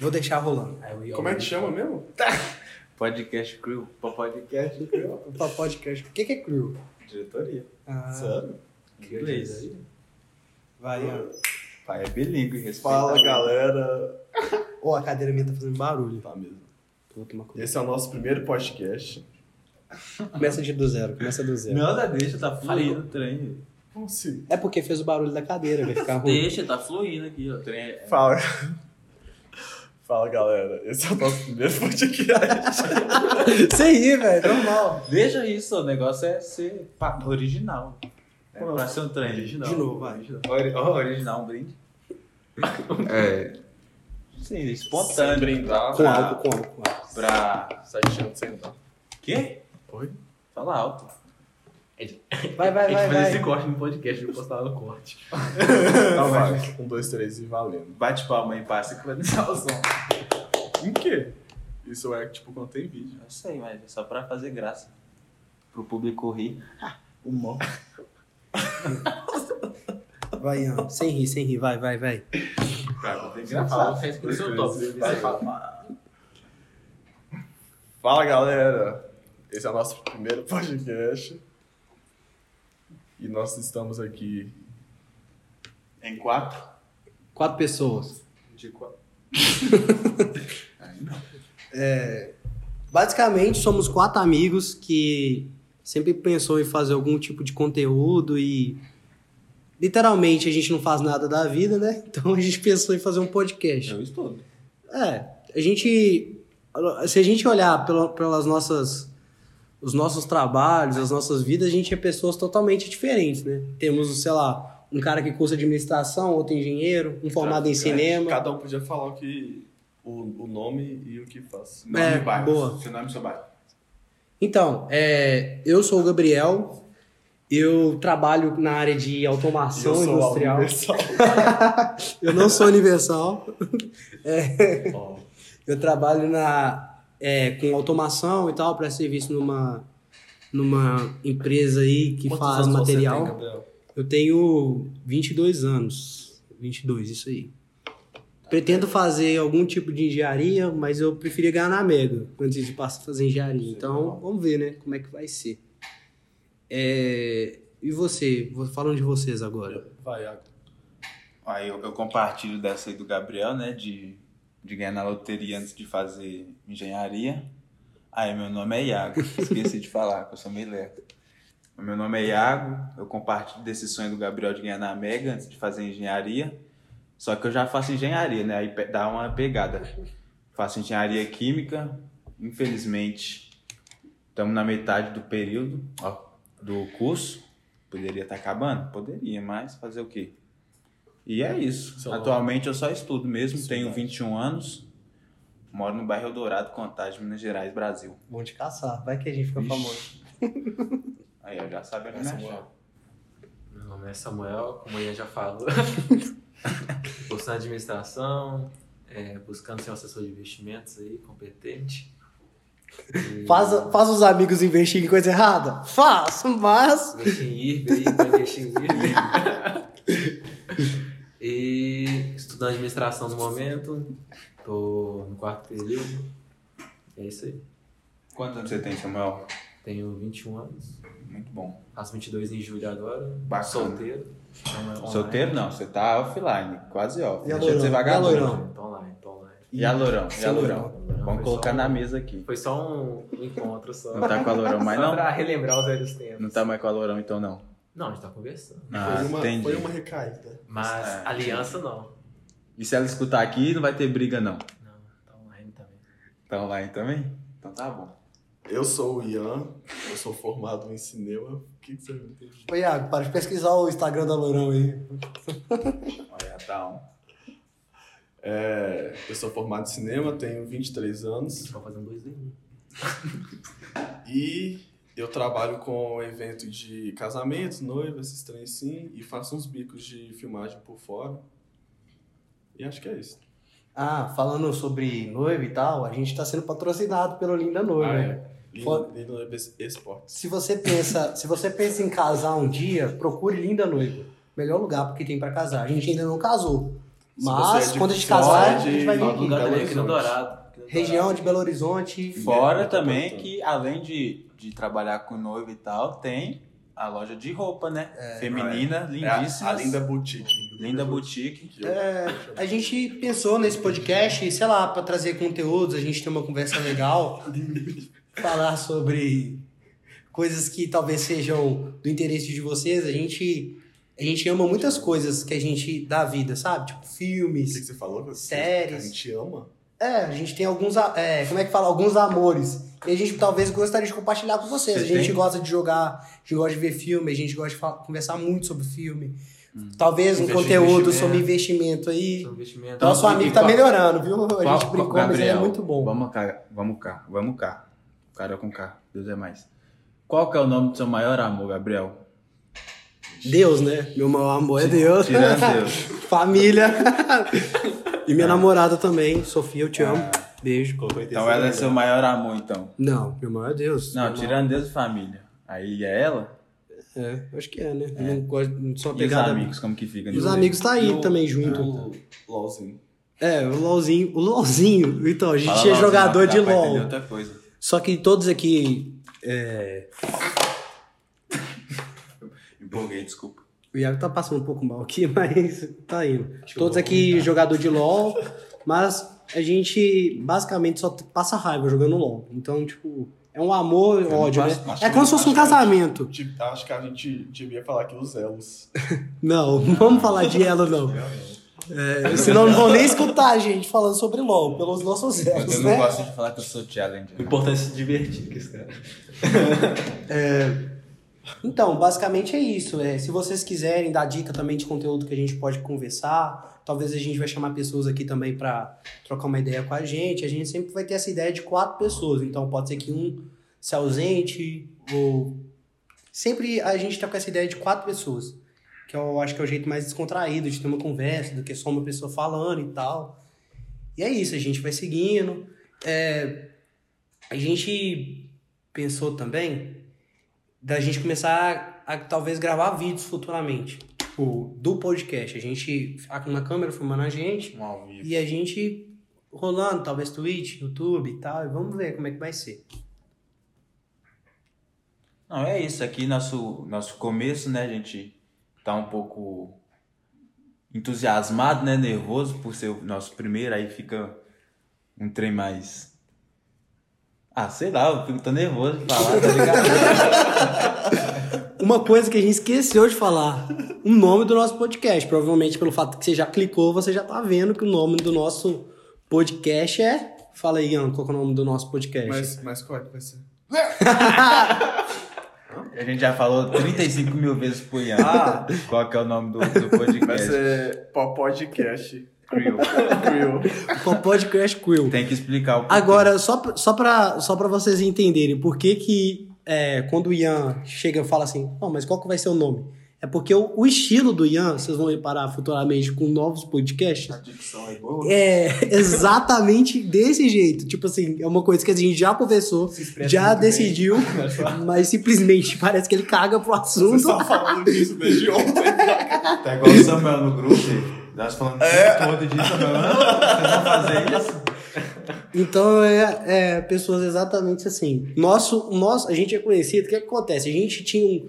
Vou deixar rolando. Como é que chama mesmo? Podcast Crew. Pra Podcast Crew. Pra podcast. O que que é crew? Diretoria. Ah, Sabe? Inglês. vai, ó. Pai é bilíngue, respeita. Fala, galera. Ô, a cadeira minha tá fazendo barulho. Tá mesmo. Vou tomar cuidado. Esse é o nosso primeiro podcast. Começa de do zero, começa do zero. Não, dá deixa, tá fluindo o trem. Como assim? se É porque fez o barulho da cadeira, vai ficar ruim. Deixa, tá fluindo aqui, ó. O trem é... fala? Fala, galera. Esse é o nosso primeiro podcast. Sem rir, velho, normal. Então, Deixa isso, o negócio é ser pá, original. É Pô, pra ser um trem original. De novo, vai. Ori- ó, original, um brinde. É, Sim, espontâneo. Sem Tá brindar. Com Pra- álcool, com álcool, com álcool. Pra... Sai deixando sentar. Quê? Oi? Fala alto. Vai, vai, a vai, gente faz vai. esse corte no podcast, vou postar no corte. Então vai. Um, dois, três e valendo. Bate palma aí pra sincronizar o som. Em quê? Isso é tipo quando tem vídeo. Eu sei, mas é só pra fazer graça. Pro público rir. Humor. Vai, Ian. Sem rir, sem rir, vai, vai, vai. Cara, tem Fala, engraçado. faz com o seu top. Vai, Fala galera! Esse é o nosso primeiro podcast. E nós estamos aqui. Em quatro? Quatro pessoas. De quatro. Basicamente, somos quatro amigos que sempre pensou em fazer algum tipo de conteúdo e literalmente a gente não faz nada da vida, né? Então a gente pensou em fazer um podcast. Eu estudo. É, a gente se a gente olhar pela- pelas nossas os nossos trabalhos, as nossas vidas, a gente é pessoas totalmente diferentes, né? Temos, sei lá, um cara que cursa administração, outro engenheiro, um formado em cinema. Cada um podia falar o que. O, o nome e o que faz. Nome É, e bairro. boa. Seu nome e seu bairro. Então, é, eu sou o Gabriel, eu trabalho na área de E automação o industrial. Universal. Eu não sou universal. É, eu trabalho na, é, com automação e tal, para serviço numa, numa empresa aí que Quantos faz anos você material. tem, Gabriel? eu tenho 22 anos. 22, isso aí. Pretendo fazer algum tipo de engenharia, mas eu preferia ganhar na Mega antes de passar a fazer engenharia. Então, vamos ver, né? Como é que vai ser. É, E você? Vou- Falando de vocês agora. Vai, Iago. Aí eu, eu compartilho dessa aí do Gabriel, né? De, de ganhar na loteria antes de fazer engenharia. Aí meu nome é Iago. Esqueci de falar, que eu sou meio lento. Meu nome é Iago. Eu compartilho desse sonho do Gabriel de ganhar na Mega antes de fazer engenharia. Só que eu já faço engenharia, né? Aí pe- dá uma pegada. Faço engenharia química. Infelizmente, estamos na metade do período ó, do curso. Poderia estar acabando? Poderia, mas fazer o quê? E é isso. Seu Atualmente eu só estudo mesmo, tenho Estudante. 21 anos. Moro no bairro Eldorado, Contagem, Minas Gerais, Brasil. Bom de caçar. Vai que a gente fica Vixe. famoso. Aí, eu já é. sabe onde me Essa achar. Meu nome é Samuel, como eu já falou. Curso na administração, é, buscando ser um assessor de investimentos aí, competente. E- Faz, faz os amigos investirem em coisa errada? Faço, mas. Investir em IRB aí, pra investir em IRB. e estudando administração no momento, tô no quarto período. É isso aí. Quantos anos você tem, Samuel? Tenho 21 anos, Muito bom. faço 22 em julho agora, Bacana. solteiro. então é online. Solteiro não, você tá offline, quase off. E a Deixa de ser loirão? E a vagabundo. Tá loirão? Tô Então online, tô online. E a Lourão? E a Lourão? Lourão Vamos foi colocar só um- na mesa aqui. Foi só um um encontro só. Não tá com a Lourão mais Só não? pra relembrar os velhos tempos. Não tá mais com a Lourão então não. Não, a gente tá conversando. Ah, foi, uma, entendi. foi uma recaída. Mas É. aliança não. E se ela escutar aqui, não vai ter briga não. Não, tá online também. Tá online também? Então tá bom. Eu sou o Ian, eu sou formado em cinema. O que, que você me entende? Ô, Iago, para de pesquisar o Instagram da Lourão aí. Olha, tá um. É, eu sou formado em cinema, tenho 23 A anos. gente vai fazer um dois em um. E eu trabalho com evento de casamentos, noivas, esses trem sim, e faço uns bicos de filmagem por fora. E acho que é isso. Ah, falando sobre noiva e tal, a gente tá sendo patrocinado pelo Linda Noiva. Ah, é. Fora- Lindo, lindo Noiva Esportes. Se você pensa, se você pensa em casar um dia, procure Linda Noiva. Melhor lugar porque tem pra casar. A gente ainda não casou, Se Mas, você é de quando a gente fora, casar, de a gente vai vir algum aqui. Lugar Belo dele aqui no Horizonte. Dourado. aqui no Região Dourado. de Belo Horizonte. Fora Muito também importante. que, além de, de trabalhar com noiva e tal, tem a loja de roupa, né? Feminina, É a, lindíssima. a linda boutique. Linda Boutique. Que eu- A gente pensou nesse podcast, sei lá, pra trazer conteúdos, a gente ter uma conversa legal, falar sobre coisas que talvez sejam do interesse de vocês. A gente, a gente ama muitas coisas que a gente dá vida, sabe? Tipo O que que filmes. você falou? Que Séries. A gente ama. É, a gente tem alguns, a- é, como é que fala, alguns amores. E a gente talvez gostaria de compartilhar com vocês. Você a gente tem? gosta de jogar, a gente gosta de ver filme, a gente gosta de fa- conversar muito sobre filme. Talvez um Investir- conteúdo investimento. sobre investimento aí. São é um Então, investimento. Nosso amigo tá melhorando, viu? A Qual- gente brincou, qual- mas ele é Gabriel, muito bom. Vamos cá, vamos cá, vamos cá. Cara com K, Deus é mais. Qual que é o nome do seu maior amor, Gabriel? Deus, né? Meu maior amor é Deus. Tirando Deus. É. Família. e minha namorada também, Sofia, eu te amo. Beijo. Colocou em Então terceiro ela é lugar. seu maior amor, então. Não, meu maior é Deus. Não, Meu tirando Deus e família. Aí é ela? maior- É, acho que é, né? Não gosto não sou E os apegado a- amigos, como que E fica? os nisso aí? amigos tá aí E o- também e junto. o LOLzinho. É, o LOLzinho. O LOLzinho. Então, a gente Fala é logo, jogador senão de dá pra LOL. entender outra coisa. Só que todos aqui. é, Empolguei, desculpa. O Iago tá passando um pouco mal aqui, mas tá indo. Todos aqui jogador de LoL, mas a gente basicamente só passa raiva jogando LoL. Então, tipo, é um amor e não ódio, passo- né? acho É que como não se fosse um passo- casamento. Tipo, Acho que a gente devia falar aqui os elos. Não, não vamos falar de ela, não. É, senão não vão nem escutar a gente falando sobre LoL, pelos nossos Mas erros, eu não né? gosto de falar que eu sou challenger. O importante é se divertir com esse cara. Então, basicamente é isso. É, se vocês quiserem dar dica também de conteúdo que a gente pode conversar, talvez a gente vai chamar pessoas aqui também para trocar uma ideia com a gente. A gente sempre vai ter essa ideia de quatro pessoas. Então, pode ser que um se ausente ou sempre a gente tá com essa ideia de quatro pessoas, que eu acho que é o jeito mais descontraído de ter uma conversa do que só uma pessoa falando e tal. E é isso. A gente vai seguindo. É, a gente pensou também da gente começar a, a, talvez gravar vídeos futuramente. Tipo, do podcast. A gente ficar com uma câmera filmando a gente Um ao vivo. e a gente rolando, talvez Twitch, YouTube e tal. E vamos ver como é que vai ser. Não, é isso. Aqui nosso, nosso começo, né? A gente tá um pouco entusiasmado, né? Nervoso por ser o nosso primeiro. Aí fica um trem mais. Ah, sei lá, eu fico tão nervoso de falar, tá ligado? Uma coisa que a gente esqueceu de falar: o nome do nosso podcast. Provavelmente pelo fato que você já clicou, você já tá vendo que o nome do nosso podcast é. Fala aí, Ian, qual que é o nome do nosso podcast? Mas, mas qual é que vai ser? a gente já falou 35 mil vezes por Ian. Ah, qual que é o nome do, do Vai podcast? ser po- podcast. Crew. Crew. Com o podcast Quill. Tem que explicar o porquê. Agora, só, pra- só para só pra vocês entenderem, por que que é, quando o Ian chega e fala assim, não, mas qual que vai ser o nome? É porque o, o estilo do Ian, vocês vão reparar futuramente com novos podcasts, A dicção é boa. é exatamente desse jeito. Tipo assim, é uma coisa que a gente já conversou, já decidiu, mas simplesmente parece que ele caga pro Você assunto. só falando disso desde ontem. Tá igual o Samuel no grupo. Nós falando é. todo dia, Samuel. Não, vocês vão fazer isso. Então é, é, pessoas exatamente assim. Nosso, nosso, a gente é conhecido. O que, que acontece? A gente tinha um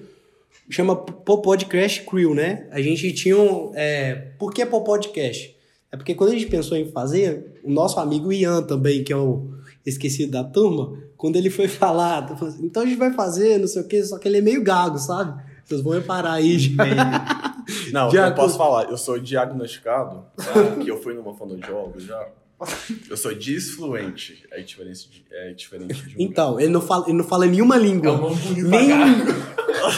chama Popó de Crash Crew, né? A gente tinha um. É, por que Popó de Crash? É porque quando a gente pensou em fazer, o nosso amigo Ian também, que é o esquecido da turma, quando ele foi falar, tá falando assim, então a gente vai fazer, não sei o quê, só que ele é meio gago, sabe? Vocês vão reparar aí já. Não, Diago- eu posso falar. Eu sou diagnosticado, que eu fui numa fonoaudióloga já. Eu sou disfluente. É diferente de, é diferente de um. Então, ele não fala, ele não fala nenhuma língua. É um bom punho pra nem. cá.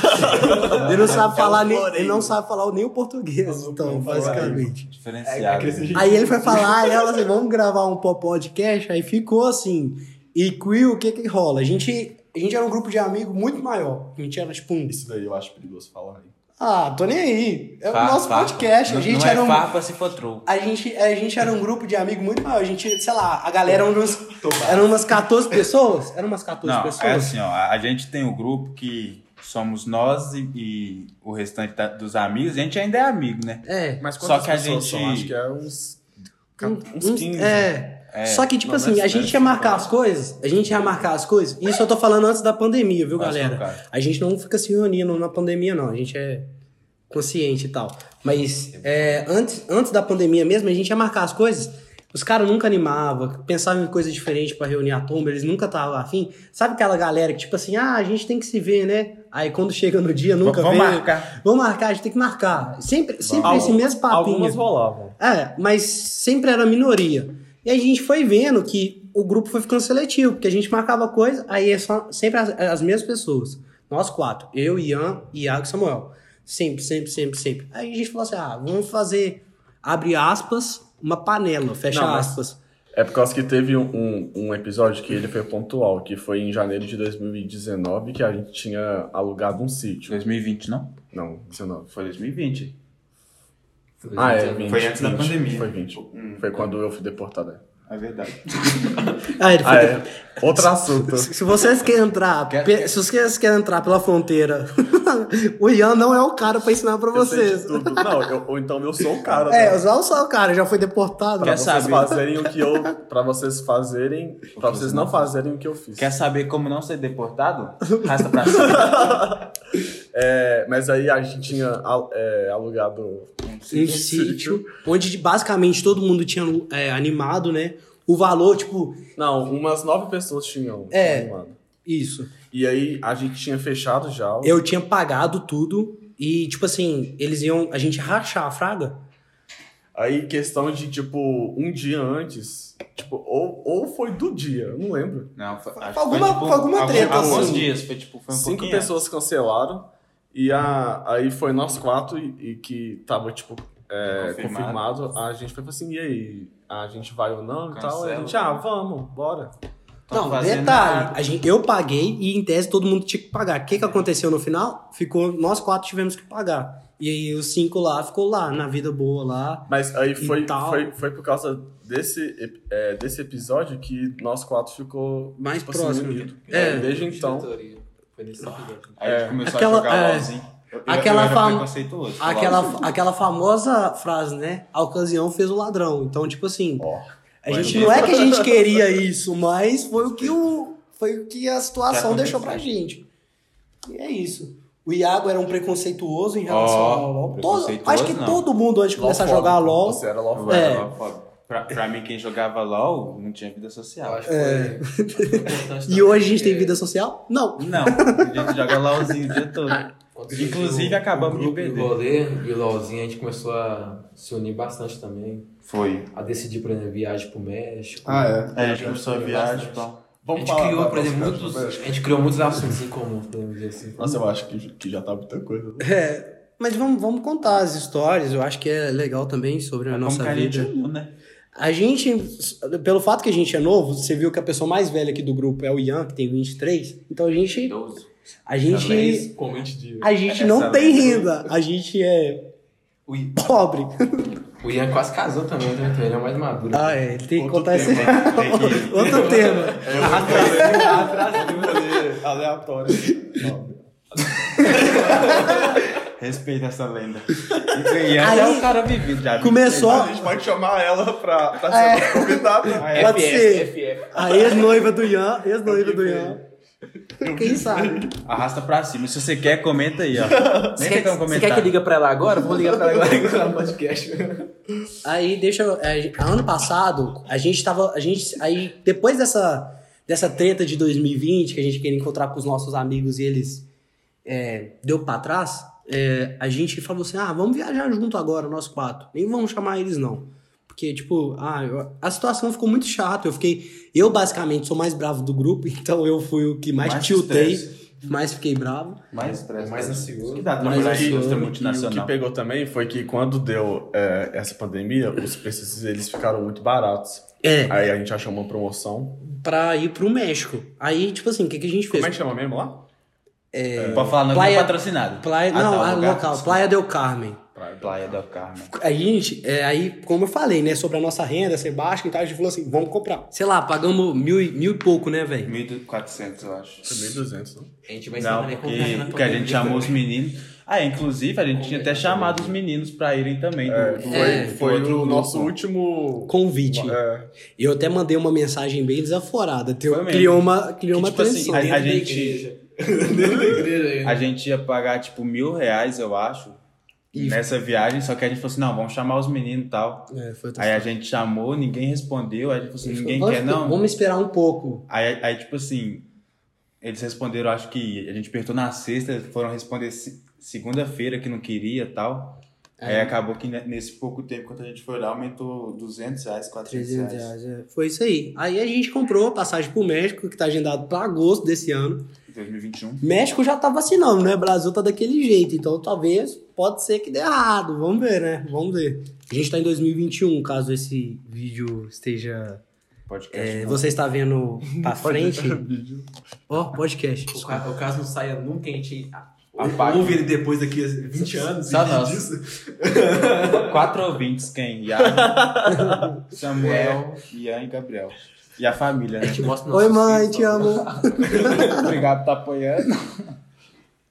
ele não sabe É falar um nem, floreio. ele não sabe falar nem o português, Falou então, com o floreio. basicamente. Diferenciado. né? Aí ele foi falar, e ela assim, vamos gravar um po- podcast, aí ficou assim. E Quill, o que que rola? A gente, a gente era um grupo de amigos muito maior. A gente era tipo um. Isso daí eu acho perigoso falar. Hein? Ah, tô nem aí. É o Fa- nosso farpa. podcast. A Não- gente não era é um. farpa se for true. A gente, a gente era um grupo de amigos muito maior. A gente, sei lá, a galera eram umas, eram umas 14 pessoas? Eram umas 14 Não, assim, pessoas? é assim, ó. A a gente tem um grupo que somos nós e, e o restante da- dos amigos, a gente ainda é amigo, né? É. Mas Só quantas que a pessoas gente- são? Acho que é uns, ca- Um- uns um- 15. É. É, Só que, tipo não, assim, mas- a gente mas- ia marcar as coisas, a gente ia marcar as coisas, isso eu tô falando antes da pandemia, viu, nós galera? somos, cara. A gente não fica se reunindo na pandemia, não. A gente é consciente e tal. Mas é, antes, antes da pandemia mesmo, a gente ia marcar as coisas. Os caras nunca animavam, pensavam em coisa diferente pra reunir a turma, eles nunca estavam afim. Sabe aquela galera que, tipo assim, ah, a gente tem que se ver, né? Aí quando chega no dia, nunca Vamos vê. marcar. Vamos marcar, a gente tem que marcar. Sempre, sempre esse mesmo papinho. Algumas rolavam. É, mas sempre era minoria. E a gente foi vendo que o grupo foi ficando seletivo, porque a gente marcava coisa, aí é só, sempre as, as mesmas pessoas. Nós quatro, eu, Ian, Iago e Samuel. Sempre, sempre, sempre, sempre. Aí a gente falou assim: ah, vamos fazer, abre aspas, uma panela, fecha Não, mas- aspas. É por causa que teve um- um, um episódio que ele foi pontual, que foi em janeiro de 2019, que a gente tinha alugado um sítio. 2020, não? Não, 19. Foi 2020. Ah, é, 20, Foi antes da 20, pandemia. Foi 20. Hum, Foi quando eu fui deportado. é. É verdade. Aí ele Ah, falou: é. Outro assunto. se se vocês querem entrar, Quer- pe- se vocês querem entrar pela fronteira, o Ian não é o cara pra ensinar pra Eu sei de vocês. tudo. Não, eu- ou então eu sou o cara. É, né? eu só só o cara, já foi deportado. Pra Quer vocês saber? fazerem o que eu. Pra vocês fazerem. Pra vocês não fazerem o que eu fiz. Quer saber como não ser deportado? Rasta pra cima. É, mas aí a gente tinha al- é, alugado. um sítio, onde basicamente todo mundo tinha é, animado, né? O valor, tipo, Não, umas nove pessoas tinham. É. alugado. isso. E aí a gente tinha fechado já. o- Eu tinha pagado tudo e, tipo assim, eles iam. A gente ia rachar a fraga. Aí questão de, tipo, um dia antes. Tipo, ou, ou foi do dia, eu não lembro. Não, foi, acho que Alguma- foi, tipo, alguma algum- treta, alguns assim. dias, foi tipo, foi um Cinco pouquinho antes. pessoas cancelaram. E a, aí foi nós quatro e, e que tava, tipo, é, Confirmado. confirmado. A gente foi assim, e aí? A gente vai ou não e tal? Aí a Cancela. gente, ah, vamos, bora. Tão Não, fazendo detalhe. nada. A gente, eu paguei e, em tese, todo mundo tinha que pagar. O que, que aconteceu no final? Ficou. Nós quatro tivemos que pagar. E aí os cinco lá ficou lá, na vida boa lá. Mas aí E foi, tal. foi, foi por causa desse, ep- é, desse episódio que nós quatro ficou Mais tipo, assim, próximo. unido. É. E desde então. Diretoria. Foi nesse Ah, episódio. Aí a gente É. começou Aquela- a jogar é. LOLzinho. Eu- eu- Aquela eu era fama- preconceituoso, assim. LOLzinho. assim. Aquela, aquela famosa frase, né? A ocasião fez o ladrão. Então, tipo assim. Ó. a gente não é que a gente queria isso, mas foi o que, o, foi o que a situação Tá deixou pra gente. E é isso. O Iago era um preconceituoso em relação Ó, ao LOL. Todo, preconceituoso acho que não. todo mundo antes de começar a Lofóbico. jogar LOL. Você era LOL. Agora, É. LOL, foda. Pra, pra mim, quem jogava LOL não tinha vida Eu social. acho que foi, acho que foi importante é. E também, hoje a gente tem é. porque vida social? Não. Não, a gente joga LOLzinho o dia todo. quando surgiu Inclusive, acabamos o grupo de do perder. Rolê e o LOLzinho, a gente começou a se unir bastante também. Foi. A decidir, por exemplo, viagem pro México. É, a gente começou a viagem e Bastante. então. tal. A gente criou, por exemplo, muitos, a gente criou muitos assuntos em comum, podemos dizer assim. né? Nossa, eu acho que, que já tá muita coisa. É, mas vamos, vamos contar as histórias. Eu acho que é legal também sobre a Como nossa que a gente vida. uniu, né? A gente, pelo fato que a gente é novo, você viu que a pessoa mais velha aqui do grupo é o Ian, que tem 23. Então a gente. A gente. Com 20 dias. A gente Essa não tem lei. renda. A gente é O, I- pobre. o Ian quase casou também, né? Então ele é mais maduro. Ah, é, ele tem que Outro contar esse. tema, tem que- Outro tema. Aleatório. Respeita essa lenda. E e Aí- é um cara vivido já. Começou. A gente pode chamar ela pra, pra ser nossa convidada. Ah, é. Pode ser. A ex-noiva do Ian, ex-noiva do Ian. Quem sabe? Arrasta pra cima. Se você quer, comenta aí, ó. Nem tem como comentar. liga pra ela agora? Vamos ligar pra ela agora no podcast. Aí deixa eu. é, ano passado, a gente tava. A gente, aí, depois dessa, dessa treta de 2020, que a gente queria encontrar com os nossos amigos e eles é, deu pra trás, é, a gente falou assim: ah, vamos viajar junto agora, nós quatro. Nem vamos chamar eles, não. Porque, tipo, ah, eu- a situação ficou muito chata. Eu fiquei. Eu, basicamente, sou mais bravo do grupo, então eu fui o que mais, Mais tiltei, estresse. mais fiquei bravo. Mais estresse. Mais ansioso. Isso Que dá Mas trabalhar o em que, o que indústria multinacional. pegou também foi que quando deu é, essa pandemia, os preços eles ficaram muito baratos. É, Aí a gente achou uma promoção. pra ir pro México. Aí, tipo assim, o que, que a gente fez? Como é que chama mesmo lá? Pode falar, não é Playa- patrocinado. Praia, Ah, não, tá, ah, lugar. local, Praia del Carmen. Praia Playa do Carmen. A gente, é, aí, como eu falei, né? Sobre a nossa renda ser baixa, então a gente falou assim, vamos comprar. Sei lá, pagamos mil e, mil e pouco, né, velho? 1.400, eu acho. Foi 1.200, né? não? A gente vai Não, ensinar porque, porque a gente chamou os meninos. Ah, inclusive a gente tinha até chamado os meninos pra irem também. do- do- Foi, É. foi do o nosso grupo. último. Convite. É, E eu até mandei uma mensagem bem desaforada. teu- Foi mesmo. criou uma, criou Que, uma tipo assim, tensão. a- dentro a da gente- igreja. Dentro da igreja ainda. A gente ia pagar tipo mil reais, eu acho, E- nessa viagem. Só que a gente falou assim: não, vamos chamar os meninos e tal. É, foi outra Aí a gente chamou, ninguém respondeu. Aí a gente falou assim: Ele ninguém falou, quer vamos- não. Vamos esperar um pouco. Aí, aí, tipo assim, eles responderam, acho que a gente perguntou na sexta, foram responder se- segunda-feira que não queria e tal. Aí acabou que ne- nesse pouco tempo, quando a gente foi lá, aumentou 200 reais, 400 300 reais. reais, é. Foi isso aí. Aí a gente comprou a passagem pro México, que tá agendado pra agosto desse ano. Em 2021. México já tá vacinando, né? Brasil tá daquele jeito. Então talvez, pode ser que dê errado. Vamos ver, né? Vamos ver. A gente tá em 2021, caso esse vídeo esteja... Podcast. é, não. você está vendo pra frente. Ó, podcast. O, ca- o caso não saia nunca, a gente Apaga. ouve ele um depois daqui a 20 anos. Só e nós. diz- Quatro ouvintes, quem? Ian, Samuel, Ian e Gabriel. E a família, né? É. A gente mostra Oi, nossos mãe, filhos, te só- amo. Obrigado por tá apoiando.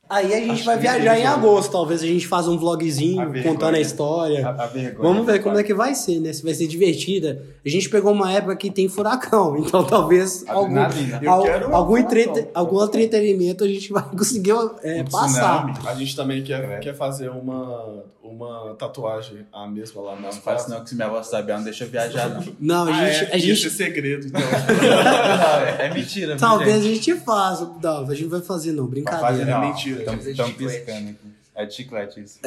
Aí a gente Acho vai que viajar em já- agosto, talvez a gente faça um A vlogzinho vergonha. contando a história. A, a vergonha. Vamos ver como é que vai ser, né? Se vai ser divertida. A gente pegou uma época que tem furacão, então talvez algum, Adrenalina. Eu al- quero uma algum, furacão. entrete- algum entretenimento a gente vai conseguir é, Um passar. tsunami. A gente também quer, É. quer fazer uma, uma tatuagem, a mesma lá na Não faz isso não, que se minha avó sabe, ela não deixa eu viajar, não. Não, a Ah, gente. é, a ia gente ser segredo, então. é mentira, viu, talvez gente? a gente faça. Não, a gente não vai fazer, não. Pra Brincadeira. fazer não. É mentira, gente. Estão É de chiclete. piscando aqui. É de chiclete isso.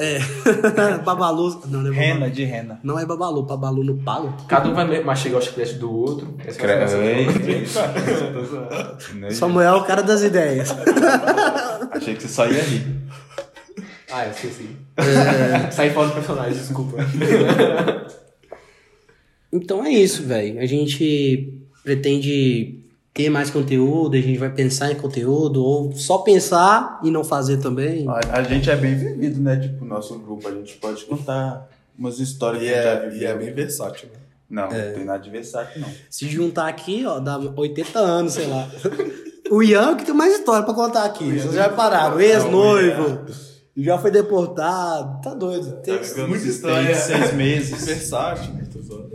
Babalu. Não, não é Babalu. Rena, de rena. Não é Babalu, Babalu no palo. Cada um vai mastigar o chiclete do outro. Esse é vai ser Credo. Tô zoando. Samuel é o cara das ideias. Né, Achei que você só ia rir. Ah, eu esqueci. Sai fora do personagem, desculpa. Então é isso, velho. A gente pretende ter mais conteúdo, a gente vai pensar em conteúdo, ou só pensar e não fazer também. A, a gente é bem vivido, né? Tipo, o nosso grupo, a gente pode contar umas histórias E que a gente já é, e viveu. é bem versátil, né? Não, não tem nada de versátil, não. Se juntar aqui, ó, dá 80 anos, sei lá. O Ian que tem mais história pra contar aqui. Vocês já pararam. Ex-noivo, já foi deportado. Tá doido. Tem- muita história. seis meses. Versátil, né? Tô zoando.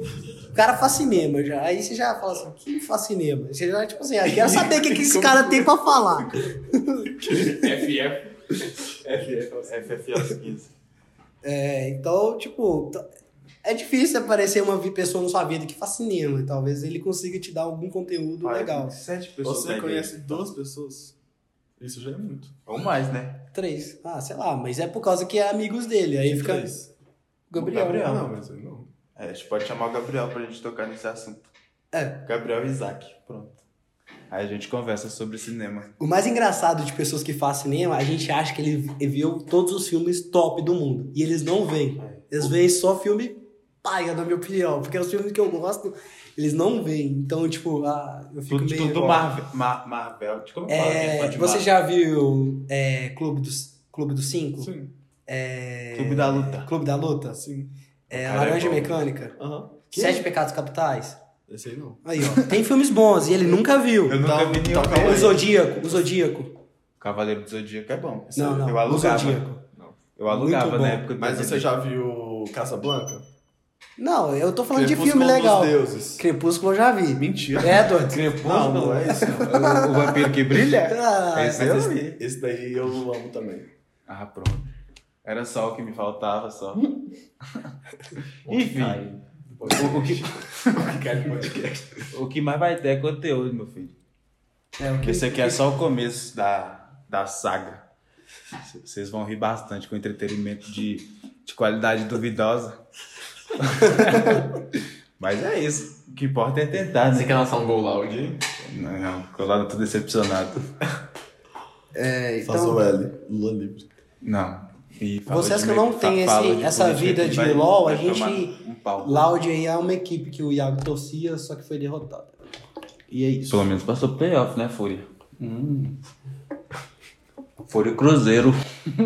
O cara faz cinema já. Aí você já fala assim, que faz cinema? Você já, tipo assim, ah, quero saber o que, que esse cara tem pra falar. FF. FF aos 15. É, então, tipo, t- é difícil aparecer uma vi- pessoa na sua vida que faz cinema. e Talvez ele consiga te dar algum conteúdo legal. Sete pessoas. Você conhece duas pessoas? Isso já é muito. Ou mais, né? Três. Ah, sei lá, mas é por causa que é amigos dele. Aí fica. isso. Gabriel. né? Gabriel. Tipo Não, mas aí não. É, a gente pode chamar o Gabriel pra gente tocar nesse assunto. É. Gabriel e Isaac. Pronto. Aí a gente conversa sobre cinema. O mais engraçado de pessoas que fazem cinema, a gente acha que ele ele viu todos os filmes top do mundo. E eles não veem. Eles veem só filme paia, na minha opinião. Porque é os filmes que eu gosto, eles não veem. Então, tipo, ah, eu fico Tudo, meio. tudo Marvel. Mar- Marvel. Tipo, Como fala? Quem É, pode você Marvel? já viu é, Clube dos Clube dos Cinco? Sim. É, Clube da Luta. Clube da Luta? Sim. É, Cara, Laranja é bom. Mecânica. Aham. Sete Pecados Capitais. Esse aí não. Aí, ó. Tem filmes bons e ele nunca viu. Eu nunca Tá, vi tá, nenhum. calma O deles. Zodíaco, o Zodíaco. Cavaleiro do Zodíaco é bom. Não, não. Eu o alugava. Zodíaco. Eu alugava Muito na bom. época do Mas DVD. você já viu Casa Blanca? Não, eu tô é falando de Crepúsculo filme legal. dos deuses. Crepúsculo eu já vi. Mentira. É, doido. Não, não é isso. não. O, o vampiro que brilha? É Ah, Esse Mas eu esse- vi. esse daí eu amo também. Ah, pronto. Era só o que me faltava, só. Enfim, o, o que, o que mais vai ter é conteúdo, meu filho. é, o que- Esse aqui é só o começo da, da saga. C- Vocês vão rir bastante com entretenimento de, de qualidade duvidosa. Mas é isso. O que importa é tentar, Você né? quer lançar um gol loud? hein? Não, colado, eu tô tá decepcionado. é, então, Faça o L. Lula livre. Não. E falou Vocês de que não meio- têm fa- esse- falou de essa política vida que de vai- LOL, a vai tomar gente- Um pau. Loud aí é uma equipe que o Iago torcia, só que foi derrotada. E é isso. Hum. Pelo menos passou pro playoff, né, Fúria? Foi o Cruzeiro.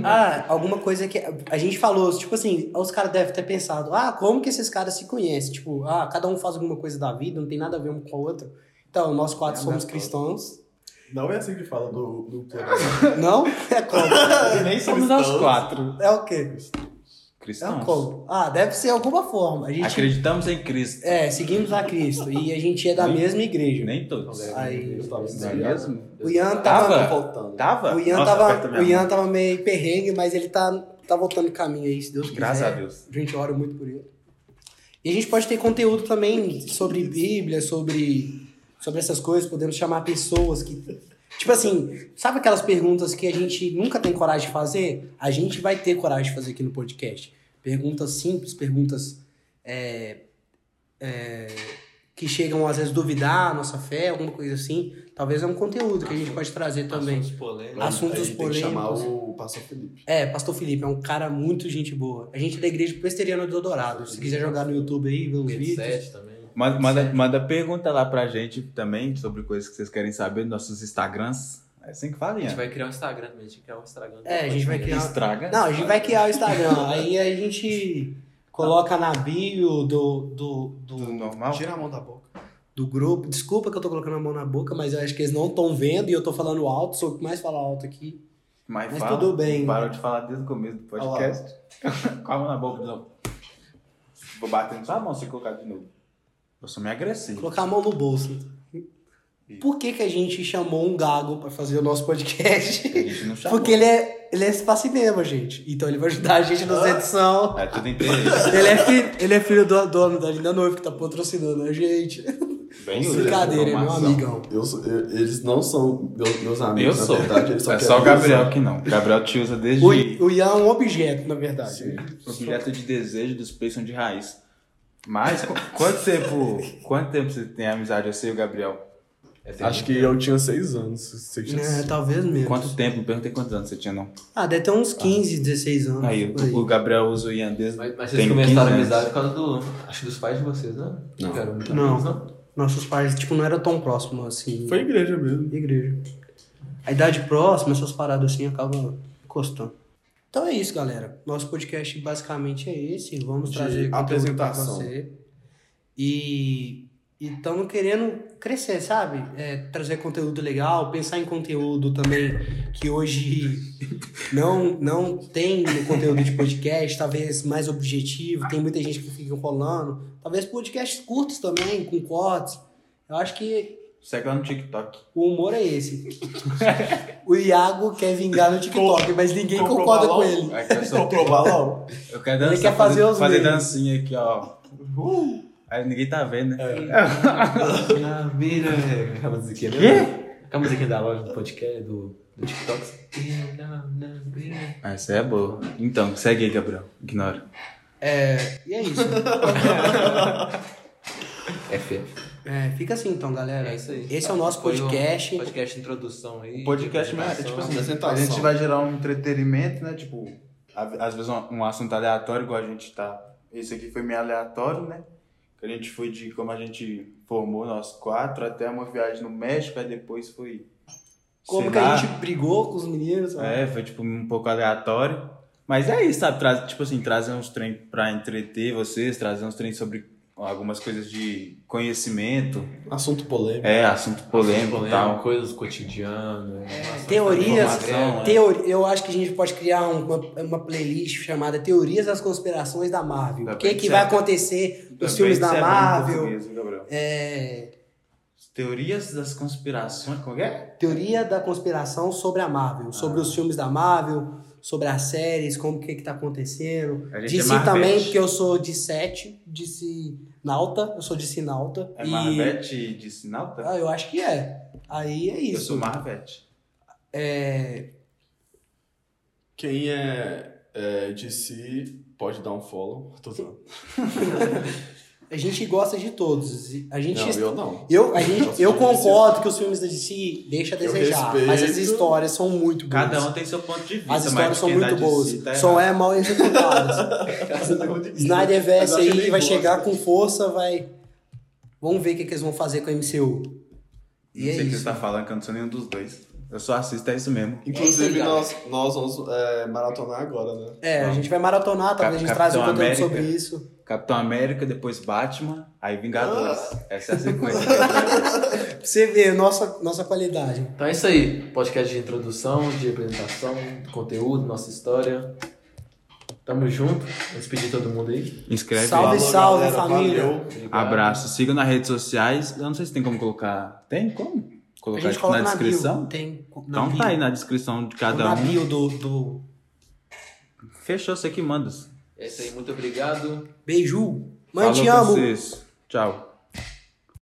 Ah, alguma coisa que. A gente falou, tipo assim, os caras devem ter pensado, ah, como que esses caras se conhecem? Tipo, ah, cada um faz alguma coisa da vida, não tem nada a ver um com o outro. Então, nós quatro É somos aleatório. cristãos. Não é assim que fala do, do plural. Não? É como? Nem somos nós quatro. É o quê? É o Cristãos. como? Ah, deve ser alguma forma. A gente. Acreditamos em Cristo. É, seguimos a Cristo. E a gente é da Nem- mesma igreja. Nem todos. Aí. Eu tava Não é mesmo? O Ian tá Tava? Tá tava. voltando. Tava? O Ian, Nossa, aperta tava, minha o Ian mão. tava meio perrengue, mas ele tá, tá voltando o caminho aí, se Deus quiser. Graças a Deus. A gente ora muito por ele. E a gente pode ter conteúdo também sobre Bíblia, sobre, sobre essas coisas. Podemos chamar pessoas que. Tipo assim, sabe aquelas perguntas que a gente nunca tem coragem de fazer? A gente vai ter coragem de fazer aqui no podcast. Perguntas simples, perguntas é, é, que chegam às vezes a duvidar a nossa fé, alguma coisa assim. Talvez é um conteúdo que a gente pode trazer também. Assuntos polêmicos. Assuntos a gente Tem que polêmicos. chamar o pastor Felipe. É, Pastor Felipe é um cara muito gente boa. A gente é da igreja presteriana do Dourado. Se quiser jogar no YouTube aí, ver os vídeos. 7 também. Manda, manda, manda pergunta lá pra gente também sobre coisas que vocês querem saber nos nossos Instagrams. É assim que fala, A gente Ian. vai criar um Instagram também. A gente tem que criar um Instagram. É, a gente vai criar- Estraga. Não, a gente vai criar o Instagram. aí a gente coloca na bio do, do, Tudo do, normal. Tira a mão da boca. do grupo. Desculpa que eu tô colocando a mão na boca, mas eu acho que eles não estão vendo e eu tô falando alto, sou o que mais fala alto aqui. Mas, Mas fala, tudo bem. né? Parou de falar desde o começo do podcast. né? Calma na boca, não. Vou batendo sua mão se colocar de novo. Eu sou meio agressivo. Colocar a mão no bolso. Por que, que a gente chamou um gago pra fazer o nosso podcast? A gente não chamou. Porque ele é, ele é pra cinema, gente. Então ele vai ajudar a gente Ah. nas edição. É tudo interesse. Ele é, filho, ele é filho do dono da linda noiva que tá patrocinando a gente. Bem útil essa Brincadeira, é meu informação. amigão. Eu sou- eu- eles não são meus, meus Eu amigos, sou. Tá, na verdade. Eles é querem só o usar. Gabriel que não. O Gabriel te usa desde O, o Ian é um objeto, na verdade. objeto de desejo dos peixes são de raiz. Mas qu- quanto tempo, quanto tempo você tem amizade assim, o Gabriel? é Acho que eu tinha seis anos. Você tinha É, talvez mesmo. Quanto tempo? Não perguntei quantos anos você tinha, não. Ah, deve ter uns 15, 16 anos. Aí, por aí. o, o Gabriel usa o Ian desde Mas, mas tem 15 vocês começaram a anos. amizade por causa do. Acho que dos pais de vocês, né? Não. Ficaram muito Não. amigos, né? não? Nossos pais, tipo, não eram tão próximos assim. Foi igreja mesmo. Igreja. A idade próxima, essas paradas assim acabam encostando. Então é isso, galera. Nosso podcast basicamente é esse. Vamos De trazer conteúdo apresentação. pra você. E estamos querendo crescer, sabe? É, trazer conteúdo legal, pensar em conteúdo também que hoje não, não tem no conteúdo de podcast, talvez mais objetivo. Tem muita gente que fica enrolando. Talvez podcasts curtos também, com cortes. Eu acho que Segue é lá no TikTok. o humor é esse. o Iago quer vingar no TikTok, mas ninguém comprou concorda com balão? ele. É que eu sou- Comprou balão? Eu quero Ele dançar, quer fazer os fazer memes. dancinha aqui, ó. Aí ninguém tá vendo, né? Na Ah, mira, velho. A musiquinha, né? A musiquinha da loja do podcast, do, do TikTok. Eu na- na mira. Ah, Essa é boa. Então, segue aí, Gabriel. Ignora. E é isso. FF. É, fica assim então, galera. É isso aí. Esse é o nosso Foi um podcast. Podcast de introdução aí. O podcast de mas é tipo assim, apresentação. a gente vai gerar um entretenimento, né? Tipo, a- às vezes um, um assunto aleatório, igual a gente tá. Esse aqui foi meio aleatório, né? Que a gente foi de como a gente formou nós quatro até uma viagem no México, aí depois foi. Como sei que lá. a gente brigou com os meninos. sabe? É, foi tipo um pouco aleatório. Mas é isso, sabe? Traz, tipo assim, trazer uns trem pra entreter vocês, trazer uns trem sobre algumas coisas de conhecimento. Assunto polêmico. É, assunto polêmico e tal. coisas cotidianas. É, Teorias. né? Informação, é. Teori- Eu acho que a gente pode criar um, uma, uma playlist chamada Teorias das Conspirações da Marvel. Ainda O que, bem que que vai você é- acontecer Ainda nos bem filmes que da você é bom em Marvel? português, viu, Gabriel? É, Teorias das conspirações, como é? teoria da conspiração sobre a Marvel, sobre Ah. os filmes da Marvel, sobre as séries, como que, que tá acontecendo. A gente é DC Marvete. também, porque eu sou de 7, DC Nauta, eu sou de Nauta. É e- Marvete de Sinalta? Ah, eu acho que é. Aí é Eu isso. sou Marvete. Quem é, é de si pode dar um follow. Tô zoando. A gente gosta de todos. e A gente. Não, eu não. eu, a gente, Gosto eu de concordo que os filmes da DC deixam a Eu desejar, mas as respeito. histórias são muito boas. Cada um tem seu ponto de vista, As histórias mas são quem dá muito de boas. si tá Só errado. é mal executadas. tá Snyder Verse Mas eu acho que aí ele vai gosta. chegar com força, vai. Vamos ver o que, que eles vão fazer com a MCU. Não E é sei o que isso. você tá falando, que eu não sou nenhum dos dois. Eu só assisto, é isso mesmo. Inclusive, É, nós, nós vamos é, maratonar agora, né? É, a gente vai maratonar, talvez a gente Capitão traz um conteúdo América. sobre isso. Capitão América, depois Batman, aí Vingadores. Ah. Essa é a sequência. Pra você ver nossa, nossa qualidade. Então é isso aí. Podcast de introdução, de apresentação, conteúdo, nossa história. Tamo junto. Vou despedir todo mundo aí. Inscreve Salve, aí. salve, família. Valeu. Obrigado. Abraço. Siga nas redes sociais. Eu não sei se tem como colocar. Tem? Como? A Colocar gente tipo, coloca na na descrição? bio. Tem, na Então bio. tá aí na descrição de cada Na um. bio do, do... Fechou, você que manda. É isso aí. Muito obrigado. Beijo. Mãe, Falou te pra amo. vocês. Tchau.